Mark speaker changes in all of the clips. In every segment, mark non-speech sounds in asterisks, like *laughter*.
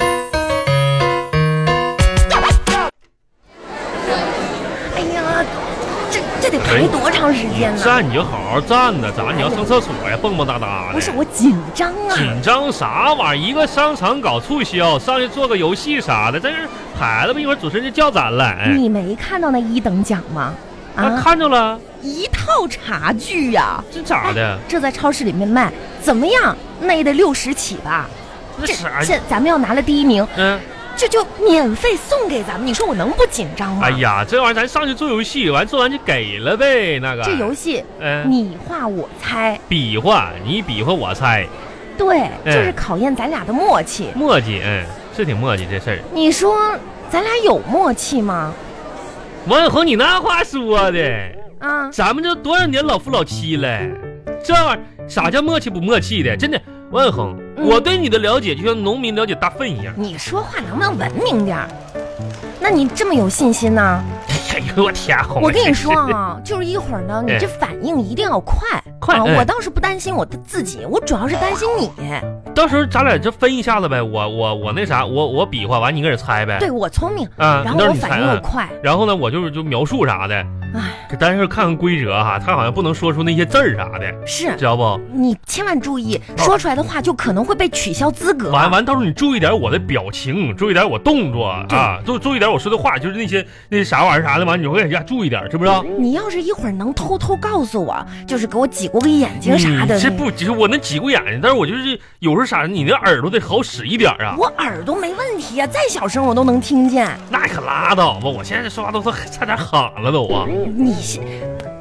Speaker 1: 哎这这得排多长时间呢？
Speaker 2: 站你就好好站着，咋你要上厕所呀？蹦蹦哒哒的。
Speaker 1: 不是我紧张啊，
Speaker 2: 紧张啥玩意儿？一个商场搞促销，上去做个游戏啥的，在这儿排了吧，一会儿主持人就叫咱了。哎，
Speaker 1: 你没看到那一等奖吗？
Speaker 2: 啊，
Speaker 1: 嗯啊，哎
Speaker 2: 看着了，
Speaker 1: 一套茶具呀、
Speaker 2: 这咋的？
Speaker 1: 这在超市里面卖，怎么样？那也得六十起吧？
Speaker 2: 那哎
Speaker 1: 这
Speaker 2: 啥，
Speaker 1: 这咱们要拿了第一名，
Speaker 2: 嗯，
Speaker 1: 这就免费送给咱们，你说我能不紧张吗？
Speaker 2: 哎呀，这玩意儿咱上去做游戏，完做完就给了呗，那个。
Speaker 1: 这游戏
Speaker 2: 嗯，
Speaker 1: 你画我猜，
Speaker 2: 比划，你比划我猜，
Speaker 1: 对，就
Speaker 2: 嗯
Speaker 1: 是考验咱俩的默契。
Speaker 2: 墨迹，嗯，是挺墨迹这事儿。
Speaker 1: 你说咱俩有默契吗？
Speaker 2: 王小红，你那话说的。
Speaker 1: 啊，
Speaker 2: 咱们这多少年老夫老妻了，这玩意儿啥叫默契不默契的？真的，王小红，
Speaker 1: 嗯
Speaker 2: 我对你的了解就像农民了解大粪一样。
Speaker 1: 你说话能不能文明点儿？那你这么有信心呢？
Speaker 2: 哎呦我天，红
Speaker 1: 我跟你说，啊， *laughs* 就是一会儿呢，你
Speaker 2: 哎
Speaker 1: 这反应一定要快，
Speaker 2: 快
Speaker 1: 啊
Speaker 2: 哎
Speaker 1: 我倒是不担心我的自己，我主要是担心你。
Speaker 2: 到时候咱俩就分一下子呗。我我我那啥，我我比划完你搁这猜呗。
Speaker 1: 对我聪明，
Speaker 2: 啊，
Speaker 1: 然
Speaker 2: 你到
Speaker 1: 后我
Speaker 2: 时候你
Speaker 1: 反
Speaker 2: 猜
Speaker 1: 应又
Speaker 2: 啊。
Speaker 1: 快，
Speaker 2: 然后呢，我就是就描述啥的，
Speaker 1: 哎，
Speaker 2: 但是看看规则哈、他好像不能说出那些字儿啥的，
Speaker 1: 是
Speaker 2: 知道不？
Speaker 1: 你千万注意，
Speaker 2: 哦
Speaker 1: 说出来的话就可能会被取消资格。
Speaker 2: 完完，到时候你注意点我的表情，注意点我动作
Speaker 1: 对
Speaker 2: 啊，注注意点我说的话，就是那些那些啥玩意儿啥的，完你会在家注意点，知不知道？
Speaker 1: 你要是一会儿能偷偷告诉我，就是给我挤过个眼睛啥的，
Speaker 2: 你这不就是我能挤过眼睛，但是我就是有时候啥，你那耳朵得好使一点啊。
Speaker 1: 我耳朵没问题啊，再小声我都能听见。
Speaker 2: 那可拉倒吧，我现在说话都都差点喊了都啊！
Speaker 1: 你是，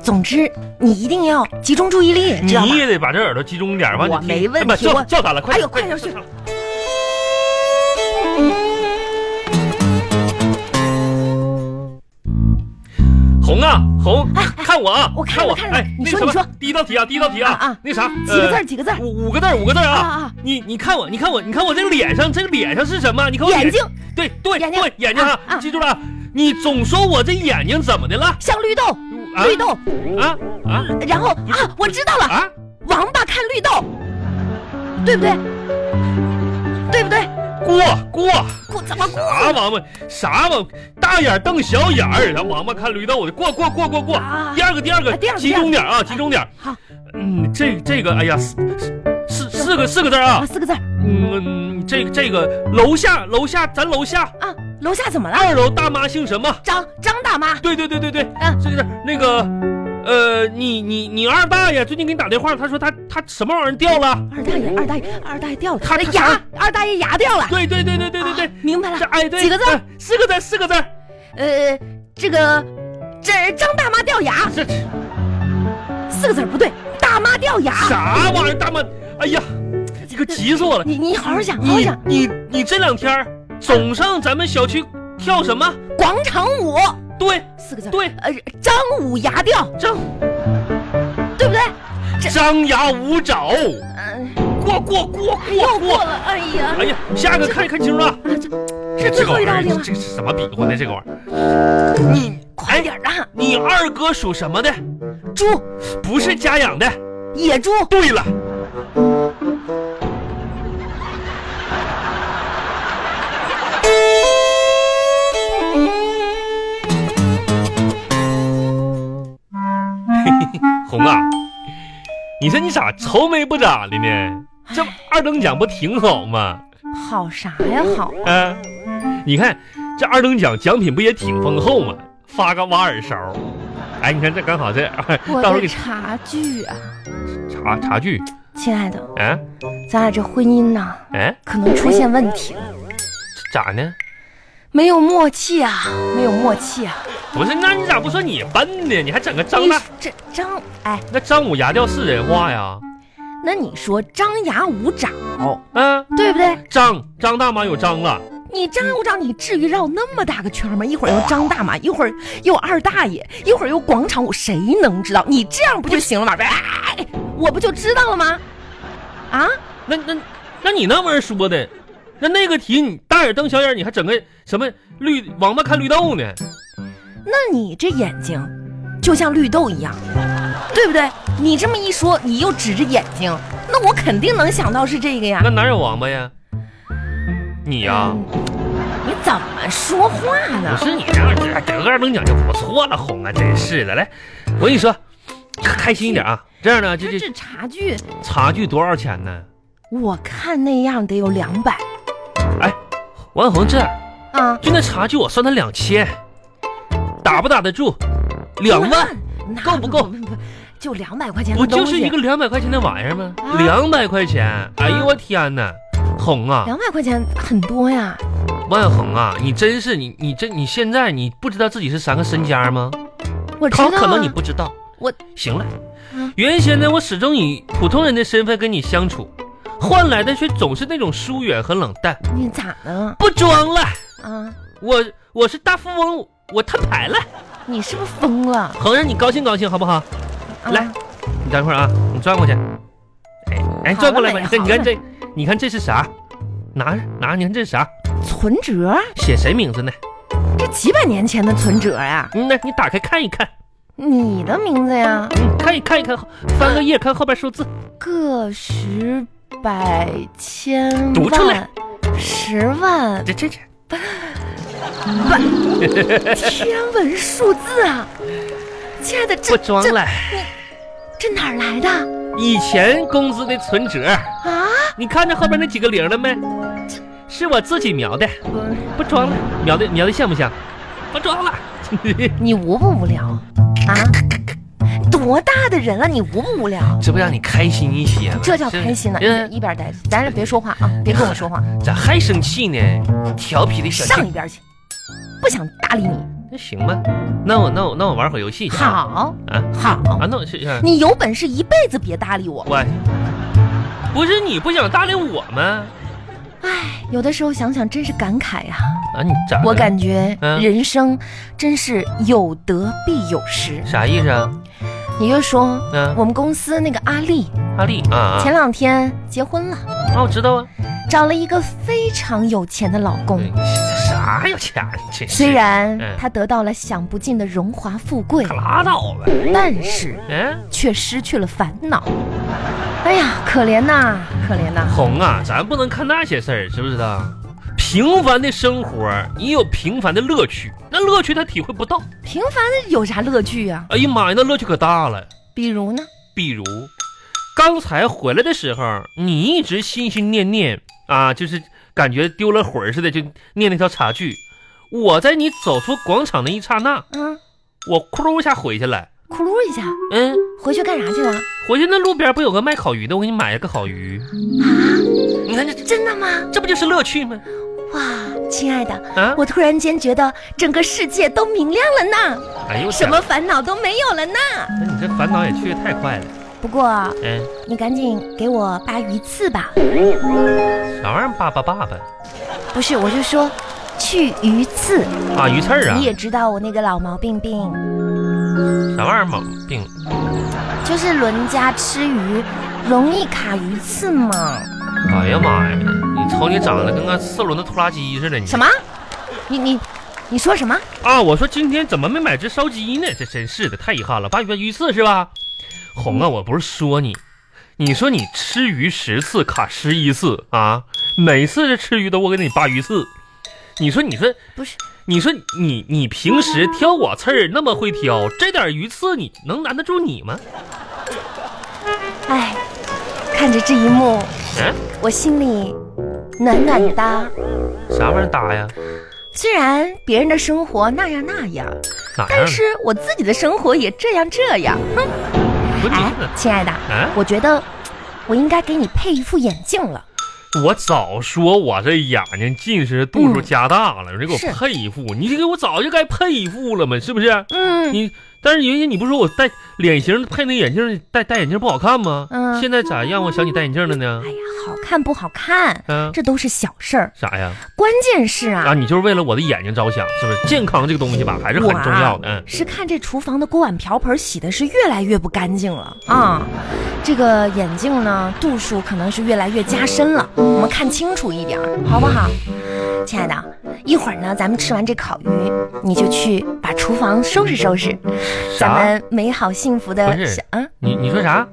Speaker 1: 总之你一定要集中注意力，知道吗
Speaker 2: 你？也得把这耳朵集中点儿，完
Speaker 1: 我
Speaker 2: 你
Speaker 1: 没
Speaker 2: 听
Speaker 1: 问
Speaker 2: 哎妈
Speaker 1: 题我
Speaker 2: 叫叫他了，快
Speaker 1: 哎
Speaker 2: 点！
Speaker 1: 呦快点去
Speaker 2: 叫他了红啊红，看我啊！
Speaker 1: 我看着
Speaker 2: 我
Speaker 1: 看着
Speaker 2: 哎，
Speaker 1: 你
Speaker 2: 那
Speaker 1: 说
Speaker 2: 什么
Speaker 1: 你说，
Speaker 2: 第一道题啊，第一道题啊
Speaker 1: 啊啊
Speaker 2: 那啥，
Speaker 1: 几个字
Speaker 2: 呃
Speaker 1: 儿？几个字儿？
Speaker 2: 五五个字儿，五个字儿
Speaker 1: 啊
Speaker 2: 啊！
Speaker 1: 啊！
Speaker 2: 你你看我，你看我，你看我这个脸上，这个脸上是什么？你看我
Speaker 1: 眼睛
Speaker 2: 对对
Speaker 1: 眼睛
Speaker 2: 对，眼睛
Speaker 1: 啊
Speaker 2: 啊！
Speaker 1: 啊
Speaker 2: 记住了，你总说我这眼睛怎么的了？
Speaker 1: 像绿豆，
Speaker 2: 啊
Speaker 1: 绿豆，
Speaker 2: 啊啊
Speaker 1: 然后啊，我知道了，
Speaker 2: 啊！
Speaker 1: 王八看绿豆，对不对？对不对？
Speaker 2: 过过
Speaker 1: 过怎么过？
Speaker 2: 啥王八啥王大眼瞪小眼儿，然后王八看绿豆的，过过过过过
Speaker 1: 啊。
Speaker 2: 第二个第二
Speaker 1: 啊
Speaker 2: 个
Speaker 1: 第二，个
Speaker 2: 集中点啊，集中点。
Speaker 1: 好，
Speaker 2: 嗯，这这个，哎呀，四四四四个四个字儿
Speaker 1: 啊，
Speaker 2: 啊。
Speaker 1: 四个字儿
Speaker 2: 嗯，嗯这这个楼下楼下咱楼下
Speaker 1: 啊，楼下怎么了？
Speaker 2: 二楼大妈姓什么？
Speaker 1: 张张大妈，
Speaker 2: 对对对对对，
Speaker 1: 嗯
Speaker 2: 这个是那个，呃，你你你二大爷最近给你打电话，他说他他什么玩意儿掉了？
Speaker 1: 二大爷，二大爷，二大爷掉了，哎
Speaker 2: 他他
Speaker 1: 牙，二大爷牙掉了。
Speaker 2: 对对对对对对对
Speaker 1: 啊，明白了
Speaker 2: 这。哎对，
Speaker 1: 几个字
Speaker 2: 呃？四个字，四个字。
Speaker 1: 呃，这个这张大妈掉牙，
Speaker 2: 这这
Speaker 1: 四个字儿不对，大妈掉牙。
Speaker 2: 啥玩意儿？大妈，哎呀，这个急死我了！
Speaker 1: 你你好好想，好好
Speaker 2: 你
Speaker 1: 想，
Speaker 2: 你你这两天儿总上咱们小区跳什么？
Speaker 1: 广场舞
Speaker 2: 对
Speaker 1: 四个字儿，
Speaker 2: 对，
Speaker 1: 呃，张五牙掉，
Speaker 2: 张
Speaker 1: 对不对？这
Speaker 2: 张牙舞爪，
Speaker 1: 嗯、
Speaker 2: 过过过
Speaker 1: 又过
Speaker 2: 过过。
Speaker 1: 了，哎呀，
Speaker 2: 哎呀，下个看看清楚了。
Speaker 1: 啊，这是最
Speaker 2: 这
Speaker 1: 后
Speaker 2: 个玩
Speaker 1: 一
Speaker 2: 意
Speaker 1: 道
Speaker 2: 儿
Speaker 1: 题了，，
Speaker 2: 这是什么比划呢？这个玩意儿，
Speaker 1: 你快点儿啊，
Speaker 2: 你二哥属什么的？
Speaker 1: 猪，
Speaker 2: 不是家养的。
Speaker 1: 野猪，
Speaker 2: 对了， *laughs* 红啊，你说你咋愁眉不展的呢？这不二等奖不挺好吗？
Speaker 1: 好啥呀好啊，
Speaker 2: 啊，你看这二等奖奖品不也挺丰厚吗？发个挖耳勺，哎，你看这刚好这，
Speaker 1: 我
Speaker 2: 到时候
Speaker 1: 的
Speaker 2: 给
Speaker 1: 茶具啊，
Speaker 2: 茶茶具，
Speaker 1: 亲爱的，
Speaker 2: 啊
Speaker 1: 咱俩这婚姻呐
Speaker 2: 哎，
Speaker 1: 可能出现问题了，
Speaker 2: 咋呢？
Speaker 1: 没有默契啊，没有默契啊，
Speaker 2: 不是，那你咋不说你笨呢？你还整个张
Speaker 1: 你
Speaker 2: 大
Speaker 1: 这张哎，
Speaker 2: 那张五牙掉是人话呀？
Speaker 1: 那你说张牙舞爪，
Speaker 2: 啊，
Speaker 1: 对不对？
Speaker 2: 张张大妈有张啊了，
Speaker 1: 你张五长，你至于绕那么大个圈吗？一会儿又张大妈，一会儿又二大爷，一会儿又广场舞，谁能知道？你这样不就行了吗？哎，我不就知道了吗？啊，
Speaker 2: 那那那你那玩意儿说的，那那个题你大眼瞪小眼，你还整个什么绿王八看绿豆呢？
Speaker 1: 那你这眼睛就像绿豆一样，对不对？你这么一说，你又指着眼睛，那我肯定能想到是这个呀
Speaker 2: 那。哪有王八呀？你呀、啊
Speaker 1: 嗯你怎么说话
Speaker 2: 不
Speaker 1: 呢？
Speaker 2: 是你这样子得个二等奖就不错了，红啊，真是的。来，我跟你说，开心一点啊。这样呢，这
Speaker 1: 这
Speaker 2: 这
Speaker 1: 这茶具，
Speaker 2: 茶具多少钱呢？
Speaker 1: 我看那样得有两百
Speaker 2: 王红这
Speaker 1: 啊，
Speaker 2: 就那茶具，我算他两千，打不打得住？两万，
Speaker 1: 那
Speaker 2: 够不够
Speaker 1: 不不，就两百块钱
Speaker 2: 不
Speaker 1: 的
Speaker 2: 就
Speaker 1: 东
Speaker 2: 是
Speaker 1: 西
Speaker 2: 一个，两百块钱的玩意儿吗
Speaker 1: 啊？嗯
Speaker 2: 两百块钱，哎呦我天哪！红啊，
Speaker 1: 两百块钱很多呀。
Speaker 2: 万红啊，你真是你你这你现在你不知道自己是三个身家吗？
Speaker 1: 我知道
Speaker 2: 可
Speaker 1: 啊，
Speaker 2: 可能你不知道。
Speaker 1: 我
Speaker 2: 行了
Speaker 1: 嗯，
Speaker 2: 原先呢，我始终以普通人的身份跟你相处，换来的却总是那种疏远和冷淡。
Speaker 1: 啊你咋了
Speaker 2: 不装了，
Speaker 1: 啊？
Speaker 2: 我我是大富翁，我摊牌了。
Speaker 1: 你是不是疯了？
Speaker 2: 恒儿，你高兴高兴好不好？
Speaker 1: 啊
Speaker 2: 来，你等一会儿啊，你转过去。哎哎，
Speaker 1: 好
Speaker 2: 转过来
Speaker 1: 了
Speaker 2: 吧。
Speaker 1: 没好
Speaker 2: 你看，你看
Speaker 1: 了
Speaker 2: 这，你看这是啥？拿着拿着，你看这是啥？
Speaker 1: 存折，
Speaker 2: 写谁名字呢？
Speaker 1: 这几百年前的存折呀，
Speaker 2: 嗯，那你打开看一看，
Speaker 1: 你的名字呀，
Speaker 2: 嗯，看一看一看，翻个页看后边数字。
Speaker 1: 个十百千
Speaker 2: 读出来
Speaker 1: 万十万
Speaker 2: 这这这，
Speaker 1: 天文数字啊！ *laughs* 亲爱的，
Speaker 2: 不
Speaker 1: 这
Speaker 2: 装
Speaker 1: 这
Speaker 2: 了。
Speaker 1: 这哪儿来的
Speaker 2: 以前工资的存折，
Speaker 1: 啊？
Speaker 2: 你看着后边那几个零了没？是我自己描的，不装了。描的描的像不像？不装了。 *laughs*
Speaker 1: 你无不无聊啊？多大的人了，啊你无不无聊？
Speaker 2: 这不让你开心一些吗？
Speaker 1: 这叫开心啊呢！
Speaker 2: 嗯
Speaker 1: 一，一边待着，咱俩别说话啊，别跟我说话，
Speaker 2: 咋还生气呢？调皮的小
Speaker 1: 上
Speaker 2: 劲
Speaker 1: 一边去！不想搭理你。
Speaker 2: 那行吧，那我那我那我玩会儿游戏去啊。
Speaker 1: 好，
Speaker 2: 啊
Speaker 1: 好
Speaker 2: 啊，，那我试一下。
Speaker 1: 你有本事一辈子别搭理我。
Speaker 2: 我不是你不想搭理我吗？
Speaker 1: 唉，有的时候想想真是感慨呀、
Speaker 2: 啊，你咋的？
Speaker 1: 我感觉
Speaker 2: 嗯
Speaker 1: 人生真是有得必有失。
Speaker 2: 啥意思啊？
Speaker 1: 你就说
Speaker 2: 嗯，
Speaker 1: 我们公司那个阿丽
Speaker 2: 阿丽啊啊
Speaker 1: 前两天结婚了。
Speaker 2: 啊，我知道啊。
Speaker 1: 找了一个非常有钱的老公
Speaker 2: 哎。啥呀，钱？真是
Speaker 1: 哦虽然
Speaker 2: 嗯
Speaker 1: 她得到了享不尽的荣华富贵
Speaker 2: 可，拉倒吧。
Speaker 1: 但是
Speaker 2: 嗯，
Speaker 1: 却失去了烦恼。哎呀，可怜呐，可怜呐！
Speaker 2: 红啊，咱不能看那些事儿，知不知道？平凡的生活，你有平凡的乐趣，那乐趣他体会不到。
Speaker 1: 平凡有啥乐趣啊？
Speaker 2: 哎呀妈呀，那乐趣可大了。
Speaker 1: 比如呢？
Speaker 2: 比如刚才回来的时候，你一直心心念念啊，就是感觉丢了魂儿似的，就念那条茶具。我在你走出广场的一刹那，
Speaker 1: 嗯，
Speaker 2: 我咕噜一下回去了。
Speaker 1: 咕噜一下，
Speaker 2: 嗯，
Speaker 1: 回去干啥去了？
Speaker 2: 回去那路边不有个卖烤鱼的，我给你买了个烤鱼。
Speaker 1: 啊，
Speaker 2: 你看这
Speaker 1: 真的吗？
Speaker 2: 这不就是乐趣吗？
Speaker 1: 哇，亲爱的，
Speaker 2: 啊，
Speaker 1: 我突然间觉得整个世界都明亮了呢，
Speaker 2: 哎呦，
Speaker 1: 什么烦恼都没有了呢。
Speaker 2: 天哪？你这烦恼也去得太快了。
Speaker 1: 不过
Speaker 2: 嗯，
Speaker 1: 你赶紧给我扒鱼刺吧。
Speaker 2: 啥玩意儿？爸爸爸爸
Speaker 1: 不是，我就说去鱼刺。
Speaker 2: 啊，鱼刺儿啊
Speaker 1: 你，也知道我那个老毛病病，
Speaker 2: 啥玩意儿毛病？
Speaker 1: 就是伦家吃鱼容易卡鱼刺嘛。
Speaker 2: 哎呀妈呀，你瞅你长得跟个四轮的拖拉机似的，你
Speaker 1: 什么？你你你说什么？
Speaker 2: 啊，我说今天怎么没买只烧鸡呢？这真是的，太遗憾了。八鱼鱼刺是吧？红
Speaker 1: 嗯
Speaker 2: 啊，我不是说你，你说你吃鱼十次卡十一次啊，每次这吃鱼都我给你扒鱼刺。你说你说
Speaker 1: 不是，
Speaker 2: 你说你你平时挑我刺儿那么会挑，这点鱼刺你能难得住你吗？
Speaker 1: 哎，看着这一幕，
Speaker 2: 嗯、
Speaker 1: 我心里暖暖的。
Speaker 2: 啥玩意儿搭呀？
Speaker 1: 虽然别人的生活那样那样，
Speaker 2: 哪样
Speaker 1: 但？是我自己的生活也这样这样。哼，
Speaker 2: 不是你
Speaker 1: 哎，亲爱的，
Speaker 2: 啊！
Speaker 1: 我觉得我应该给你配一副眼镜了。
Speaker 2: 我早说我这眼睛近视度数加大了，人、给
Speaker 1: 嗯是
Speaker 2: 我配一副，你这给我早就该配一副了嘛，是不是？
Speaker 1: *laughs* 嗯，
Speaker 2: 你但是原先你不说我戴脸型配那眼镜戴戴眼镜不好看吗？
Speaker 1: 嗯
Speaker 2: 现在咋让我想起戴眼镜
Speaker 1: *laughs*
Speaker 2: 了呢
Speaker 1: 哎？呀，好看不好看，
Speaker 2: 嗯、
Speaker 1: 这都是小事儿，
Speaker 2: 啥呀？
Speaker 1: 关键是啊
Speaker 2: 啊，你就是为了我的眼睛着想，是不是？健康这个东西吧，还是很重要的。嗯，
Speaker 1: 是看这厨房的锅碗瓢盆洗的是越来越不干净了啊、这个眼镜呢度数可能是越来越加深了，我们看清楚一点儿，好不好？亲爱的，一会儿呢，咱们吃完这烤鱼，你就去把厨房收拾收拾，咱
Speaker 2: 啥？
Speaker 1: 们美好幸福
Speaker 2: 不
Speaker 1: 的
Speaker 2: 是
Speaker 1: 小啊，
Speaker 2: 你你说啥？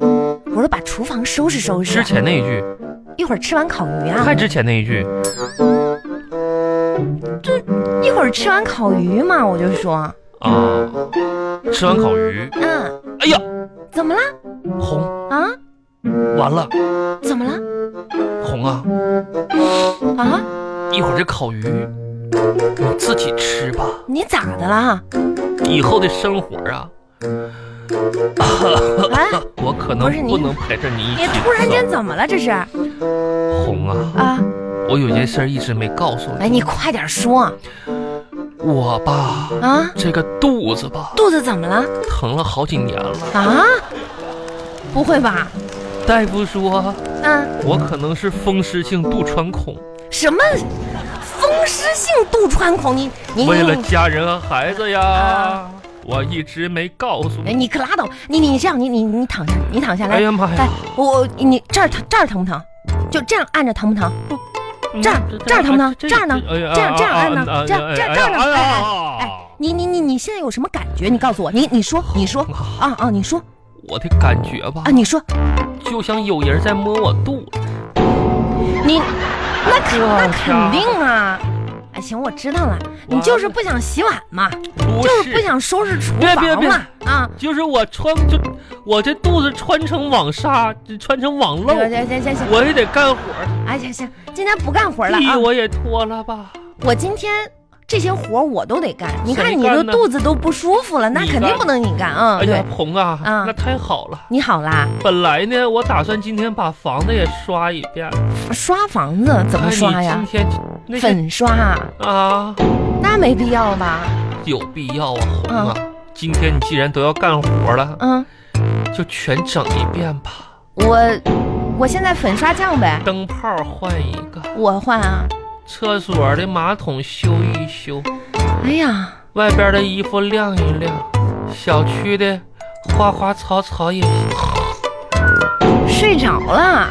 Speaker 1: 我说把厨房收拾收
Speaker 2: 之
Speaker 1: 拾，
Speaker 2: 前那一句，
Speaker 1: *laughs* 一会儿吃完烤鱼啊
Speaker 2: 还，之前那一句，
Speaker 1: 这一会儿吃完烤鱼嘛，我就说，
Speaker 2: 啊！吃完烤鱼，
Speaker 1: 嗯，
Speaker 2: 哎呀，
Speaker 1: 怎么了
Speaker 2: 红，
Speaker 1: 啊？
Speaker 2: 完了，
Speaker 1: 怎么了
Speaker 2: 红啊，
Speaker 1: 啊？
Speaker 2: 一会儿这烤鱼你自己吃吧，
Speaker 1: 你咋的啊啦？
Speaker 2: 以后的生活啊，呃
Speaker 1: 哎，
Speaker 2: 我可
Speaker 1: 不
Speaker 2: 能
Speaker 1: 是你
Speaker 2: 不能陪着你一起
Speaker 1: 你
Speaker 2: 走。
Speaker 1: 哎突然间怎么了？这是啊？
Speaker 2: 红啊，我有件事儿一直没告诉
Speaker 1: 哎，
Speaker 2: 你，
Speaker 1: 你快点说
Speaker 2: 我吧，
Speaker 1: 啊！
Speaker 2: 这个肚子吧，
Speaker 1: 肚子怎么了
Speaker 2: 疼了好几年了，
Speaker 1: 啊？不会吧？
Speaker 2: 大夫说
Speaker 1: 嗯，
Speaker 2: 我可能是风湿性肚穿孔，
Speaker 1: 什么风湿性肚穿孔？你你
Speaker 2: 为了
Speaker 1: 你
Speaker 2: 家人和孩子呀
Speaker 1: 哦啊，
Speaker 2: 我一直没告诉
Speaker 1: 哎，
Speaker 2: 你。
Speaker 1: 你可拉倒！你你这样，你你你躺下，你躺下来。
Speaker 2: 哎呀妈呀
Speaker 1: 来，我我你这儿疼这儿疼不疼？就这样按着疼不疼？
Speaker 2: 嗯
Speaker 1: 这儿这儿疼呢这儿呢
Speaker 2: 哎呀
Speaker 1: 这样这样
Speaker 2: 啊
Speaker 1: 按呢
Speaker 2: 啊
Speaker 1: 这样
Speaker 2: 哎呀
Speaker 1: 这样这样呢
Speaker 2: 哎呀
Speaker 1: 哎哎
Speaker 2: 哎呀
Speaker 1: 哎，你你你你现在有什么感觉？你告诉我，你你说你说啊啊，你说
Speaker 2: 我的感觉吧
Speaker 1: 啊，，你说
Speaker 2: 就像有人在摸我肚子。
Speaker 1: 你那
Speaker 2: 哎
Speaker 1: 肯那肯
Speaker 2: 哇
Speaker 1: 定啊！哎，行，我知道了，你就是不想洗碗嘛，
Speaker 2: 不
Speaker 1: 就是不想收拾厨
Speaker 2: 别别
Speaker 1: 房
Speaker 2: 别
Speaker 1: 嘛啊！
Speaker 2: 就是我穿就我这肚子穿成网纱，穿成网漏，
Speaker 1: 行行行行行，
Speaker 2: 我也得干活儿。
Speaker 1: 哎行行，今天不干活了
Speaker 2: 屁
Speaker 1: 啊！
Speaker 2: 我也脱了吧，
Speaker 1: 我今天这些活儿我都得干，你看
Speaker 2: 谁
Speaker 1: 你的
Speaker 2: 干呢
Speaker 1: 肚子都不舒服了，那
Speaker 2: 你
Speaker 1: 肯定
Speaker 2: 干
Speaker 1: 不能你干啊！
Speaker 2: 哎呀
Speaker 1: 对，，
Speaker 2: 红啊，
Speaker 1: 啊
Speaker 2: 那太好了。
Speaker 1: 你好啦，
Speaker 2: 本来呢，我打算今天把房子也刷一遍，
Speaker 1: 刷房子怎么
Speaker 2: 哎
Speaker 1: 刷呀
Speaker 2: 你？今天那个
Speaker 1: 粉刷啊，
Speaker 2: 啊，
Speaker 1: 那没必要吧？
Speaker 2: 有必要啊，红啊。今天你既然都要干活了，
Speaker 1: 嗯，
Speaker 2: 就全整一遍吧。
Speaker 1: 我我现在粉刷匠呗，
Speaker 2: 灯泡换一个，
Speaker 1: 我换啊。
Speaker 2: 厕所的马桶修一修，
Speaker 1: 哎呀，
Speaker 2: 外边的衣服晾一晾，小区的花花草草也
Speaker 1: 睡着了。